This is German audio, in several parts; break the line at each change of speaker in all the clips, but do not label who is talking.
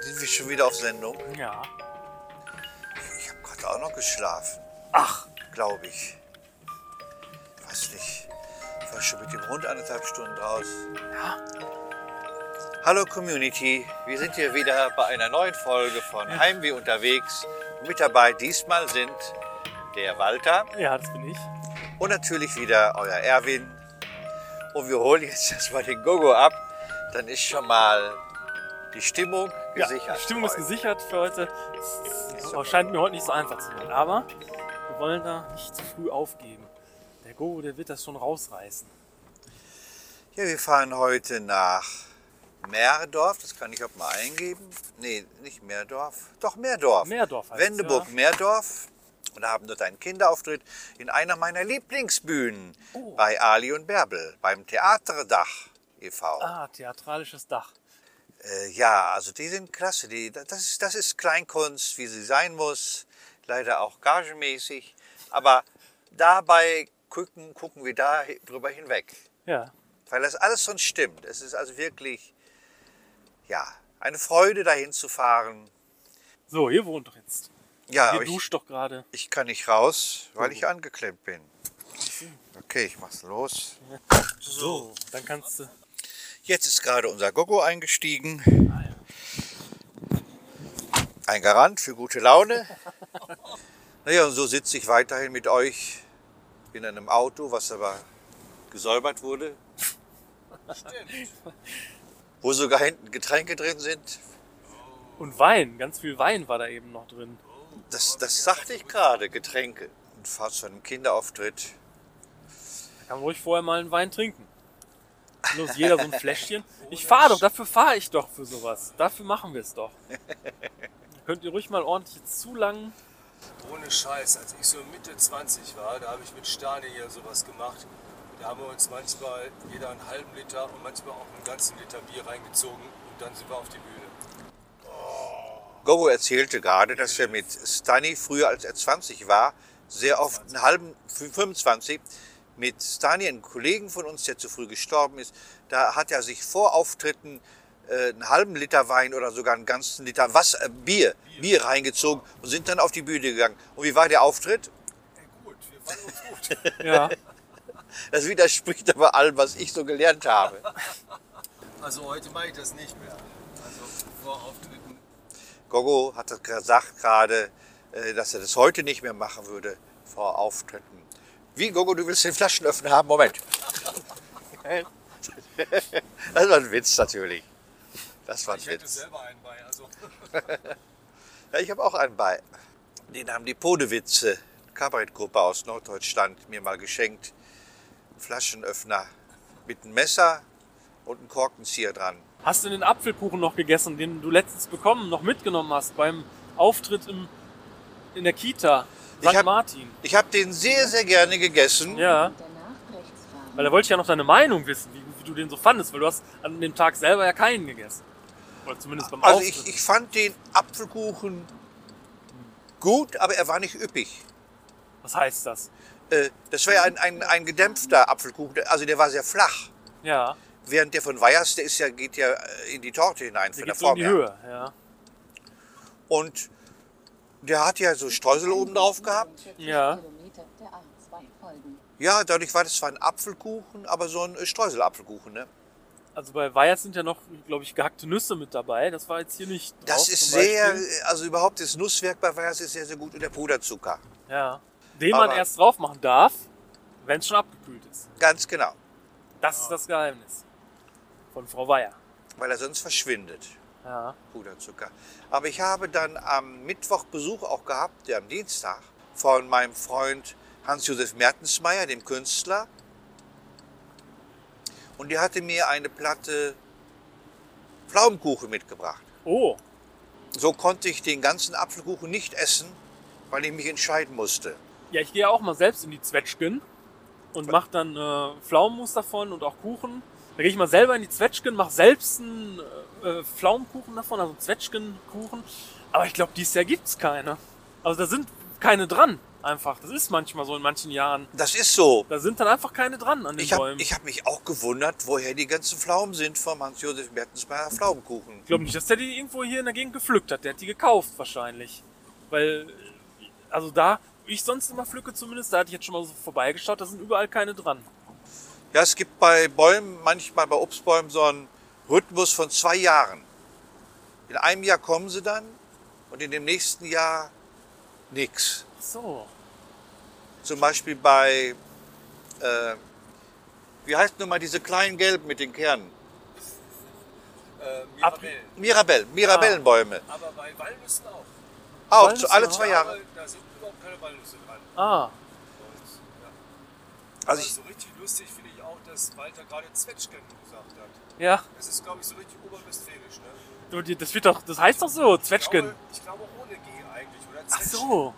Sind wir schon wieder auf Sendung?
Ja.
Ich habe gerade auch noch geschlafen,
Ach,
glaube ich. Weiß nicht. Ich war schon mit dem Hund anderthalb Stunden draußen.
ja.
Hallo Community, wir sind hier wieder bei einer neuen Folge von Heimweh unterwegs. Mit dabei diesmal sind der Walter
Ja, das bin ich.
und natürlich wieder euer Erwin. Und wir holen jetzt erstmal den Gogo ab. Dann ist schon mal die Stimmung gesichert.
Ja, die Stimmung ist
Freunde.
gesichert für heute. Es oh, scheint mir heute nicht so einfach zu sein. Aber wir wollen da nicht zu früh aufgeben. Der Gogo, der wird das schon rausreißen.
Ja, wir fahren heute nach Mehrdorf, das kann ich auch mal eingeben. Nee, nicht Mehrdorf, doch Mehrdorf.
Mehrdorf heißt es,
Wendeburg,
ja.
Mehrdorf. Und da haben dort einen Kinderauftritt in einer meiner Lieblingsbühnen
Oh.
bei Ali und Bärbel, beim Theaterdach e.V.
Ah, theatralisches Dach.
Äh, ja, also die sind klasse. Die, das, ist, das ist Kleinkunst, wie sie sein muss. Leider auch gagenmäßig. Aber dabei gucken, gucken wir da hi- drüber hinweg
Ja.
weil das alles sonst stimmt. Es ist also wirklich, ja, eine Freude, dahin zu fahren.
So, ihr wohnt doch jetzt.
Ja,
Ihr
aber ich, Oh.
duscht doch gerade.
ich kann nicht raus, weil ich angeklemmt bin. Okay, ich mach's los.
So. Dann kannst du.
Jetzt ist gerade unser Gogo eingestiegen. Ein Garant für gute Laune. Naja, und so sitze ich weiterhin mit euch in einem Auto, was aber gesäubert wurde. Wo sogar hinten Getränke drin sind.
Und Wein, ganz viel Wein war da eben noch drin.
Das, das sagte ich gerade, Getränke. Und fahr zu einem Kinderauftritt.
Da kann man ruhig vorher mal einen Wein trinken. Bloß jeder so ein Fläschchen. Ich fahre doch, dafür fahre ich doch für sowas. Dafür machen wir es doch. Da könnt ihr ruhig mal ordentlich jetzt zulangen.
Ohne Scheiß, als ich so Mitte 20 war, da habe ich mit Stani ja sowas gemacht. Da haben wir uns manchmal jeder einen halben Liter und manchmal auch einen ganzen Liter Bier reingezogen und dann sind wir auf die Bühne.
Gogo erzählte gerade, dass er mit Stani früher, als er 20 war, sehr oft einen halben, 25, mit Stani, einem Kollegen von uns, der zu früh gestorben ist, da hat er sich vor Auftritten äh, einen halben Liter Wein oder sogar einen ganzen Liter was, äh, Bier, Bier reingezogen und sind dann auf die Bühne gegangen. Und wie war der Auftritt?
Ey, gut, wir fanden uns gut.
Ja.
Das widerspricht aber allem, was ich so gelernt habe.
Also heute mache ich das nicht mehr. Also vor Auftritten.
Gogo hat das gesagt gerade, äh, dass er das heute nicht mehr machen würde vor Auftritten. Wie, Gogo, du willst den Flaschenöffner haben? Moment. Das war ein Witz natürlich. Das war ein
Ich hätte
Witz.
selber einen bei. Also
Ja, ich habe auch einen bei. Den haben die Podewitze, Kabarettgruppe aus Norddeutschland, mir mal geschenkt. Ein Flaschenöffner mit einem Messer und einem Korkenzieher dran.
Hast du den Apfelkuchen noch gegessen, den du letztens bekommen, noch mitgenommen hast beim Auftritt im, in der Kita?
Ich
St.
hab-
Martin.
Ich habe den sehr, sehr gerne gegessen.
Ja.
Danach rechts fahren.
Weil da wollte ich ja noch deine Meinung wissen, wie, wie du den so fandest, weil du hast an dem Tag selber ja keinen gegessen. Oder zumindest beim
Also
Auftritt.
ich, ich fand den Apfelkuchen gut, aber er war nicht üppig.
Was heißt das?
Äh, Das war ja ein, ein, ein gedämpfter Apfelkuchen, also der war sehr flach.
Ja,
Während der von Weyers, der ist ja, geht ja äh, in die Torte hinein
da
von der
geht's so in
Form
die
her.
Höhe. Ja.
Und der hat ja so Streusel oben drauf gehabt.
41
Ja.
Kilometer der A2 folgen.
Ja, dadurch war das zwar ein Apfelkuchen, aber so ein äh, Streuselapfelkuchen. Ne?
Also bei Weyers sind ja noch, glaube ich, gehackte Nüsse mit dabei. Das war jetzt hier nicht drauf.
Das ist
zum
sehr,
Beispiel.
äh, also überhaupt das Nusswerk bei Weyers ist sehr, sehr gut und der Puderzucker.
Ja. Den man
Aber-
erst drauf machen darf, wenn es schon abgekühlt ist.
Ganz genau,
Das ist das Geheimnis. Von Frau Weyer.
weil er sonst verschwindet.
Ja.
Puderzucker. Aber ich habe dann am Mittwoch Besuch auch gehabt, ja, am Dienstag, von meinem Freund Hans-Josef Mertensmeier, dem Künstler. Und der hatte mir eine Platte Pflaumenkuchen mitgebracht.
Oh,
So konnte ich den ganzen Apfelkuchen nicht essen, weil ich mich entscheiden musste.
ja, ich gehe ja auch mal selbst in die Zwetschgen und mache dann äh, Pflaumenmus davon und auch Kuchen. Da gehe ich mal selber in die Zwetschgen, mache selbst einen äh, äh, Pflaumenkuchen davon, also Zwetschgenkuchen. Aber ich glaube, dieses Jahr gibt's keine. Also da sind keine dran an einfach. Das ist manchmal so in manchen Jahren.
Das ist so.
Da sind dann einfach keine dran an den
Ich habe
Bäumen.
ich hab mich auch gewundert, woher die ganzen Pflaumen sind vom Hans-Josef Mertensmeier Pflaumenkuchen.
Ich glaube nicht, dass der die irgendwo hier in der Gegend gepflückt hat. Der hat die gekauft wahrscheinlich. Weil, also da, wo ich sonst immer pflücke zumindest, da hatte ich jetzt schon mal so vorbeigeschaut, da sind überall keine dran.
Ja, es gibt bei Bäumen, manchmal bei Obstbäumen, so einen Rhythmus von zwei Jahren. In einem Jahr kommen sie dann und in dem nächsten Jahr nix.
Ach so.
Zum Beispiel bei, äh, wie heißt nun mal diese kleinen gelben mit den Kernen?
Äh,
Ab-
Mirabellen.
Mirabell, Mirabellenbäume.
Aber bei Walnüssen auch.
Auch
Walnüsse
zu, alle
auch?
zwei Jahre.
Da sind überhaupt keine Walnüsse dran.
Ah,
Und, ja.
Also
Also
ich,
so richtig lustig finde ich auch, dass Walter gerade Zwetschgen gesagt hat.
ja.
Das ist, glaube ich, so richtig oberwestfälisch. Ne?
Du, die- Das wird doch, das heißt doch so,
Ich
Zwetschgen.
glaube, ich glaube ohne G eigentlich, oder?
Ach so.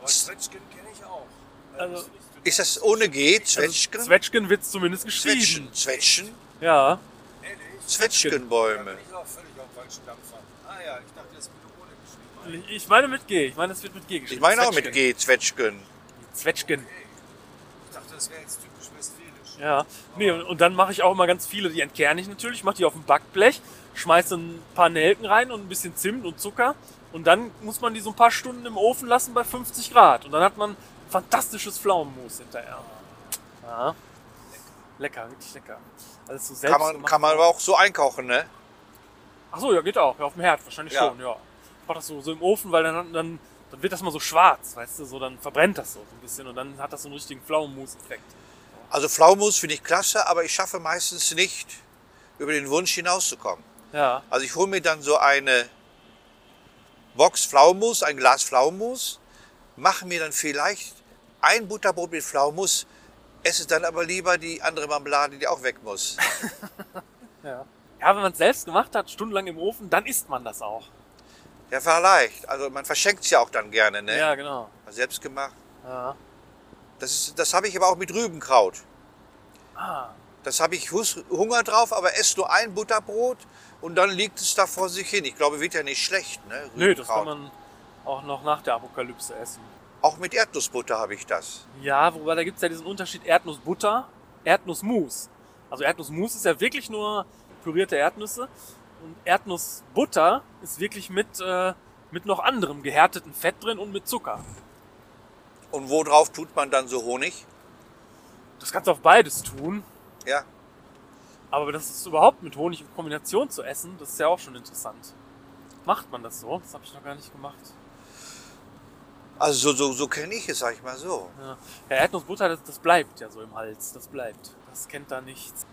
Aber Zwetschgen kenne ich auch. Äh,
Also-
das nicht so-
ist das ohne G? Zwetschgen?
Also, Zwetschgen wird zumindest geschrieben.
Zwetschgen. Zwetschgen?
Ja.
Ehrlich? Da
Zwetschgenbäume.
bin ich auch völlig auf dem falschen Dampfer. Ah ja, ich dachte, das wird ohne geschrieben.
Ich meine mit G. Ich meine, es wird mit G geschrieben.
Ich meine auch mit
Zwetschgen.
G, Zwetschgen.
Zwetschgen.
Okay. Ich dachte, das wäre jetzt typisch westfälisch.
Ja, nee, und, und dann mache ich auch immer ganz viele, die entkerne ich natürlich, mache die auf dem Backblech, schmeiße ein paar Nelken rein und ein bisschen Zimt und Zucker und dann muss man die so ein paar Stunden im Ofen lassen bei 50 Grad und dann hat man fantastisches Pflaumenmus hinterher. Ja. Lecker, wirklich lecker. Alles so selbst
Kann man, kann man aber auch so einkochen, ne?
Achso, ja, geht auch, ja, auf dem Herd wahrscheinlich
Ja.
schon, ja. Ich mach das so, so im Ofen, weil dann, dann, dann wird das mal so schwarz, weißt du, so dann verbrennt das so ein bisschen und dann hat das so einen richtigen Pflaumenmus-Effekt.
Also Pflaumenmus finde ich klasse, aber ich schaffe meistens nicht, über den Wunsch hinauszukommen.
Ja,
Also ich hole mir dann so eine Box Pflaumenmus, ein Glas Pflaumenmus, mache mir dann vielleicht ein Butterbrot mit Pflaumenmus, esse dann aber lieber die andere Marmelade, die auch weg muss.
Ja. Ja, wenn man es selbst gemacht hat, stundenlang im Ofen, dann isst man das auch.
Ja, vielleicht. Also man verschenkt es ja auch dann gerne, ne?
Ja, genau.
Selbst gemacht.
Ja.
Das, ist- das habe ich aber auch mit Rübenkraut.
Ah,
Das habe ich Hus- Hunger drauf, aber esse nur ein Butterbrot und dann liegt es da vor sich hin. Ich glaube, wird ja nicht schlecht, ne?
nö, das kann
Rübenkraut.
man auch noch nach der Apokalypse essen.
Auch mit Erdnussbutter habe ich das.
Ja, wobei da gibt's ja diesen Unterschied Erdnussbutter, Erdnussmus. Also Erdnussmus ist ja wirklich nur pürierte Erdnüsse und Erdnussbutter ist wirklich mit, äh, mit noch anderem gehärteten Fett drin und mit Zucker.
Und wo drauf tut man dann so Honig?
Das kannst du auf beides tun,
Ja.
aber das ist überhaupt mit Honig in Kombination zu essen, das ist ja auch schon interessant. Macht man das so? Das habe ich noch gar nicht gemacht.
Also so, so, so kenne ich es, sag ich mal so.
Ja, ja Erdnussbutter, das, das bleibt ja so im Hals. Das bleibt. Das kennt da nichts.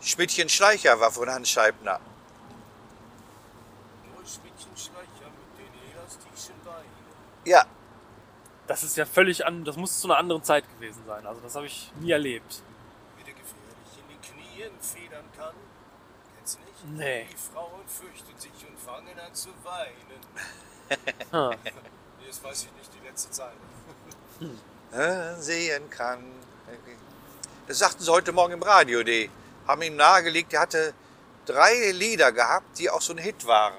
Schmidtchen Schleicher war von Hans Scheibner.
Nur Schmidtchenschleicher mit den elastischen Beinen.
Ja,
Das ist ja völlig an. Das muss zu einer anderen Zeit gewesen sein. Also das habe ich nie erlebt.
Wie der gefährlich in den Knien federn kann. Kennst du nicht?
Nee.
Die Frauen fürchten sich und fangen an zu weinen.
Hm.
Nee, das weiß ich nicht, die letzte Zeit.
äh, sehen kann. Das sagten sie heute Morgen im Radio. Die haben ihm nahegelegt, er hatte drei Lieder gehabt, die auch so ein Hit waren.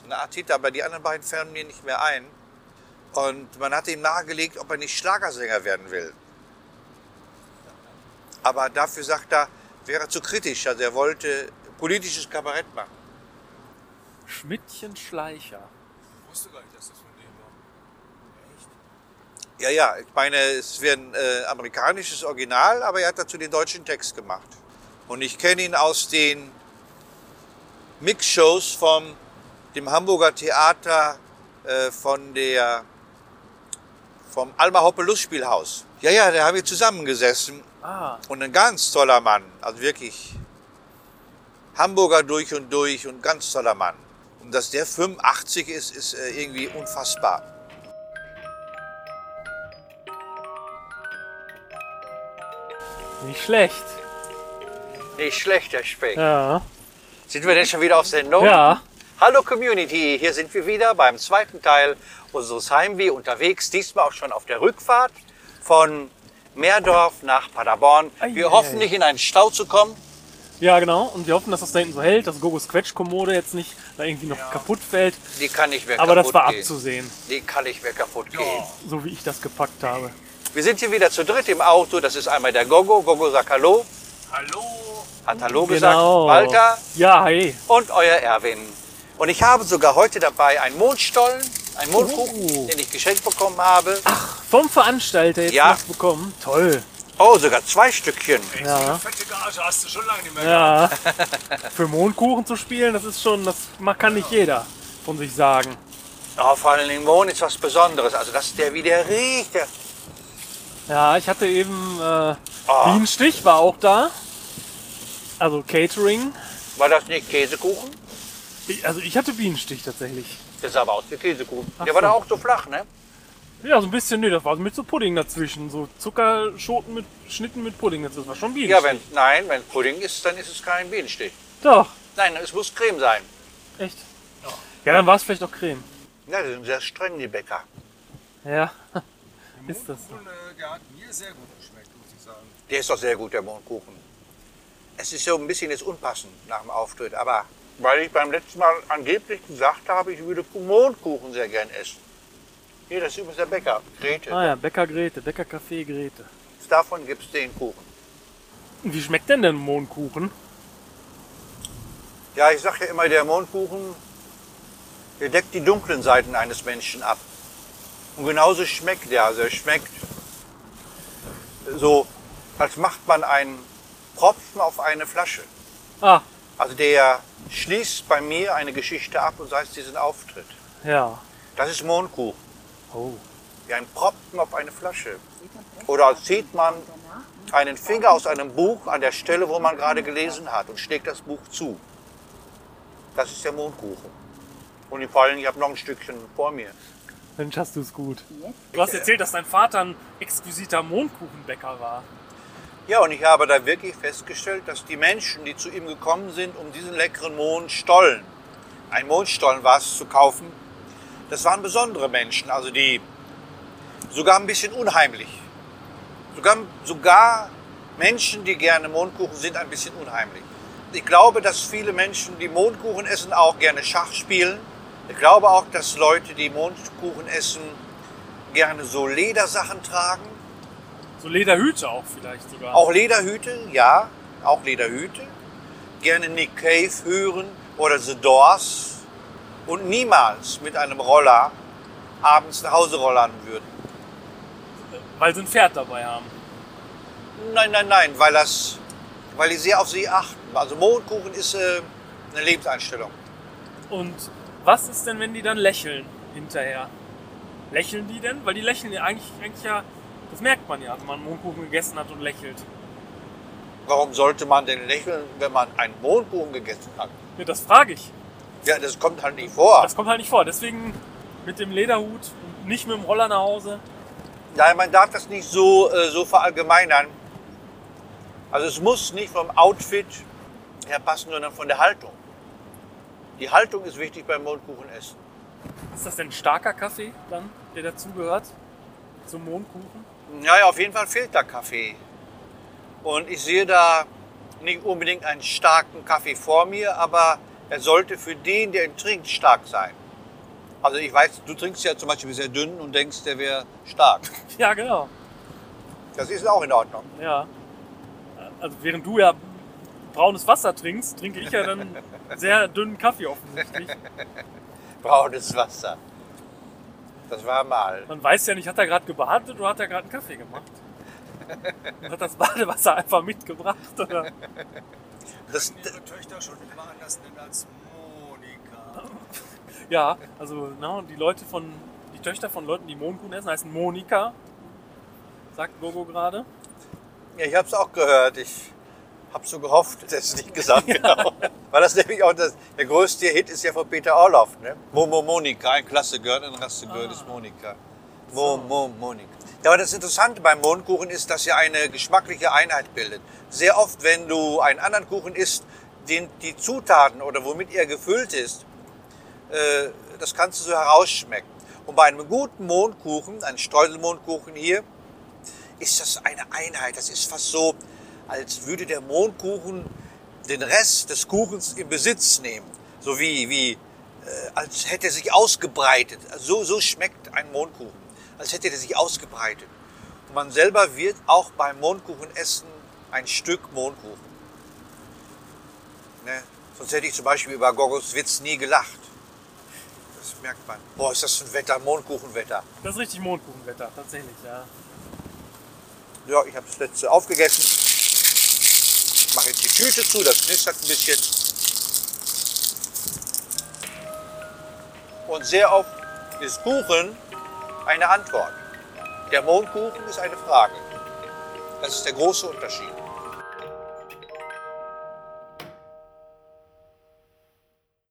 So eine Art Hit, aber die anderen beiden fällen mir nicht mehr ein. Und man hatte ihm nahegelegt, ob er nicht Schlagersänger werden will. Aber dafür sagt er, wäre er zu kritisch. Also er wollte politisches Kabarett machen.
Schmidtchen Schleicher.
Ich wusste gar nicht, dass das von dem war. Echt?
Ja, ja, ich meine, es wäre ein äh, amerikanisches Original, aber er hat dazu den deutschen Text gemacht. Und ich kenne ihn aus den Mix-Shows vom dem Hamburger Theater äh, von der vom Alma Hoppe Lustspielhaus. Ja, ja, da haben wir zusammengesessen
Ah,
und ein ganz toller Mann, also wirklich Hamburger durch und durch und ganz toller Mann. Und dass der 85 ist, ist äh, irgendwie unfassbar.
nicht schlecht.
Nicht schlecht, Herr Speck.
Ja.
Sind wir denn schon wieder auf Sendung?
Ja.
Hallo Community, hier sind wir wieder beim zweiten Teil unseres Heimweh unterwegs. Diesmal auch schon auf der Rückfahrt von Meerdorf nach Paderborn.
Ei,
Wir
ei,
hoffen
ei.
nicht in einen Stau zu kommen,
Ja, genau. Und wir hoffen, dass das da hinten so hält, dass Gogos Quetschkommode jetzt nicht da irgendwie noch
Ja.
kaputt fällt.
Die kann nicht mehr
Aber das
kaputt
war
gehen.
abzusehen,
Die kann nicht mehr kaputt gehen.
so wie ich das gepackt habe.
Wir sind hier wieder zu dritt im Auto. Das ist einmal der Gogo. Gogo sagt Hallo.
Hallo!
Hat
Genau.
Hallo gesagt. Walter
Ja, hey.
und euer Erwin. Und ich habe sogar heute dabei einen Mondstollen, einen Mondkuchen,
Oh.
den ich geschenkt bekommen habe.
Vom Veranstalter jetzt
Ja.
noch bekommen. Toll.
Oh, sogar zwei Stückchen.
Ey,
Ja.
so eine fette Gage hast du schon lange nicht mehr
Ja. Für Mondkuchen zu spielen, das ist schon, das ma- kann nicht jeder von sich sagen.
Oh, vor allem den Mond ist was Besonderes. Also, dass der wieder riecht. der-
Ja, ich hatte eben äh,
Oh.
Bienenstich war auch da. Also Catering.
War das nicht Käsekuchen?
Ich, also ich hatte Bienenstich tatsächlich.
Der sah aber aus wie Käsekuchen.
Ach
der war
so.
doch auch so flach, ne?
Ja, so ein bisschen, nee, das war mit so Pudding dazwischen. So Zuckerschoten mit Schnitten mit Pudding dazwischen. Das war schon Bienenstich.
Ja, wenn, nein, wenn Pudding ist, dann ist es kein Bienenstich.
Doch,
Nein, es muss Creme sein.
echt. Ja, dann war es vielleicht auch Creme.
Ja, die sind sehr streng, die Bäcker.
Ja,
gehört.
ist das so.
Mondkuchen, äh, Der hat mir sehr gut geschmeckt, muss ich sagen.
Der ist doch sehr gut, der Mondkuchen. Es ist so ein bisschen jetzt unpassend nach dem Auftritt, aber weil ich beim letzten Mal angeblich gesagt habe, ich würde Mondkuchen sehr gern essen. Hier, das ist übrigens der Bäcker, Grete.
Ah ja, Bäcker Grete, Bäcker Café Grete.
Davon gibt es den Kuchen.
Wie schmeckt denn der Mondkuchen?
Ja, ich sage ja immer, der Mondkuchen, der deckt die dunklen Seiten eines Menschen ab. Und genauso schmeckt der. Also er schmeckt so, als macht man einen Propfen auf eine Flasche.
Ah,
Also der schließt bei mir eine Geschichte ab und sei es diesen Auftritt.
ja.
Das ist Mondkuchen,
Oh.
wie ein Propfen auf eine Flasche.
Sieht und rechts
Oder
ab.
zieht man
Danach
einen Finger aus einem Buch an der Stelle, wo man gerade gelesen hat und schlägt das Buch zu. Das ist der Mondkuchen. Und vor allem, ich habe noch ein Stückchen vor mir.
Mensch, hast du es gut.
jetzt
Du hast erzählt, dass dein Vater ein exquisiter Mondkuchenbäcker war.
Ja, und ich habe da wirklich festgestellt, dass die Menschen, die zu ihm gekommen sind, um diesen leckeren Mondstollen, ein Mondstollen war es zu kaufen, das waren besondere Menschen, also die sogar ein bisschen unheimlich. Sogar, sogar Menschen, die gerne Mondkuchen sind, ein bisschen unheimlich. Ich glaube, dass viele Menschen, die Mondkuchen essen, auch gerne Schach spielen. Ich glaube auch, dass Leute, die Mondkuchen essen, gerne so Ledersachen tragen.
So Lederhüte auch vielleicht sogar.
Auch Lederhüte, ja, auch Lederhüte. Gerne Nick Cave hören oder The Doors und niemals mit einem Roller abends nach Hause rollern würden.
Weil sie ein Pferd dabei haben.
Nein, nein, nein, weil das, weil die sehr auf sie achten. Also Mondkuchen ist äh, eine Lebenseinstellung.
Und was ist denn, wenn die dann lächeln hinterher? Lächeln die denn? Weil die lächeln ja eigentlich, eigentlich ja, das merkt man ja, wenn man Mondkuchen gegessen hat und lächelt.
Warum sollte man denn lächeln, wenn man einen Mondkuchen gegessen hat?
Ja, das frage ich.
Ja, das kommt halt nicht vor.
Das kommt halt nicht vor. Deswegen mit dem Lederhut und nicht mit dem Roller nach Hause.
Nein, man darf das nicht so, äh, so verallgemeinern. Also es muss nicht vom Outfit her passen, sondern von der Haltung. Die Haltung ist wichtig beim Mondkuchenessen.
Ist das denn ein starker Kaffee dann, der dazugehört? Zum Mondkuchen?
Naja, auf jeden Fall fehlt da Kaffee. Und ich sehe da nicht unbedingt einen starken Kaffee vor mir, aber er sollte für den, der ihn trinkt, stark sein. Also ich weiß, du trinkst ja zum Beispiel sehr dünn und denkst, der wäre stark.
Ja, genau.
Das ist auch in Ordnung.
Ja. Also während du ja braunes Wasser trinkst, trinke ich ja dann sehr dünnen Kaffee offensichtlich.
Braunes Wasser. Das war mal.
Man weiß ja nicht, hat er gerade gebadet oder hat er gerade einen Kaffee gemacht? Und hat das Badewasser einfach mitgebracht? Oder?
Das,
Ihre Töchter schon immer anders nennen als Monika.
Ja, also na, die Leute von, die Töchter von Leuten, die Mondkuchen essen, heißen Monika, sagt Gogo gerade.
Ja, ich habe es auch gehört. Ich habe so gehofft, dass es nicht gesagt genau. Weil das nämlich auch das, der größte Hit ist ja von Peter Orloff, ne? Momo Monika, ein klasse Girl, ein rasse Girl ist Monika. Momo Monika. Ja, aber das Interessante beim Mondkuchen ist, dass er eine geschmackliche Einheit bildet. Sehr oft, wenn du einen anderen Kuchen isst, den die Zutaten oder womit er gefüllt ist, äh, das kannst du so herausschmecken. Und bei einem guten Mondkuchen, einem Streuselmondkuchen hier, ist das eine Einheit. Das ist fast so, als würde der Mondkuchen den Rest des Kuchens in Besitz nehmen. So wie, wie äh, als hätte er sich ausgebreitet. Also So, so schmeckt ein Mondkuchen. Als hätte er sich ausgebreitet. Und man selber wird auch beim Mondkuchen essen ein Stück Mondkuchen. Ne? Sonst hätte ich zum Beispiel über Gogos Witz nie gelacht. Das merkt man. Boah, ist das ein Wetter, Mondkuchenwetter.
Das ist richtig Mondkuchenwetter, tatsächlich, ja.
Ja, ich habe das letzte aufgegessen. Mache jetzt die Tüte zu, das knistert ein bisschen. Und sehr oft ist Kuchen eine Antwort. Der Mondkuchen ist eine Frage. Das ist der große Unterschied.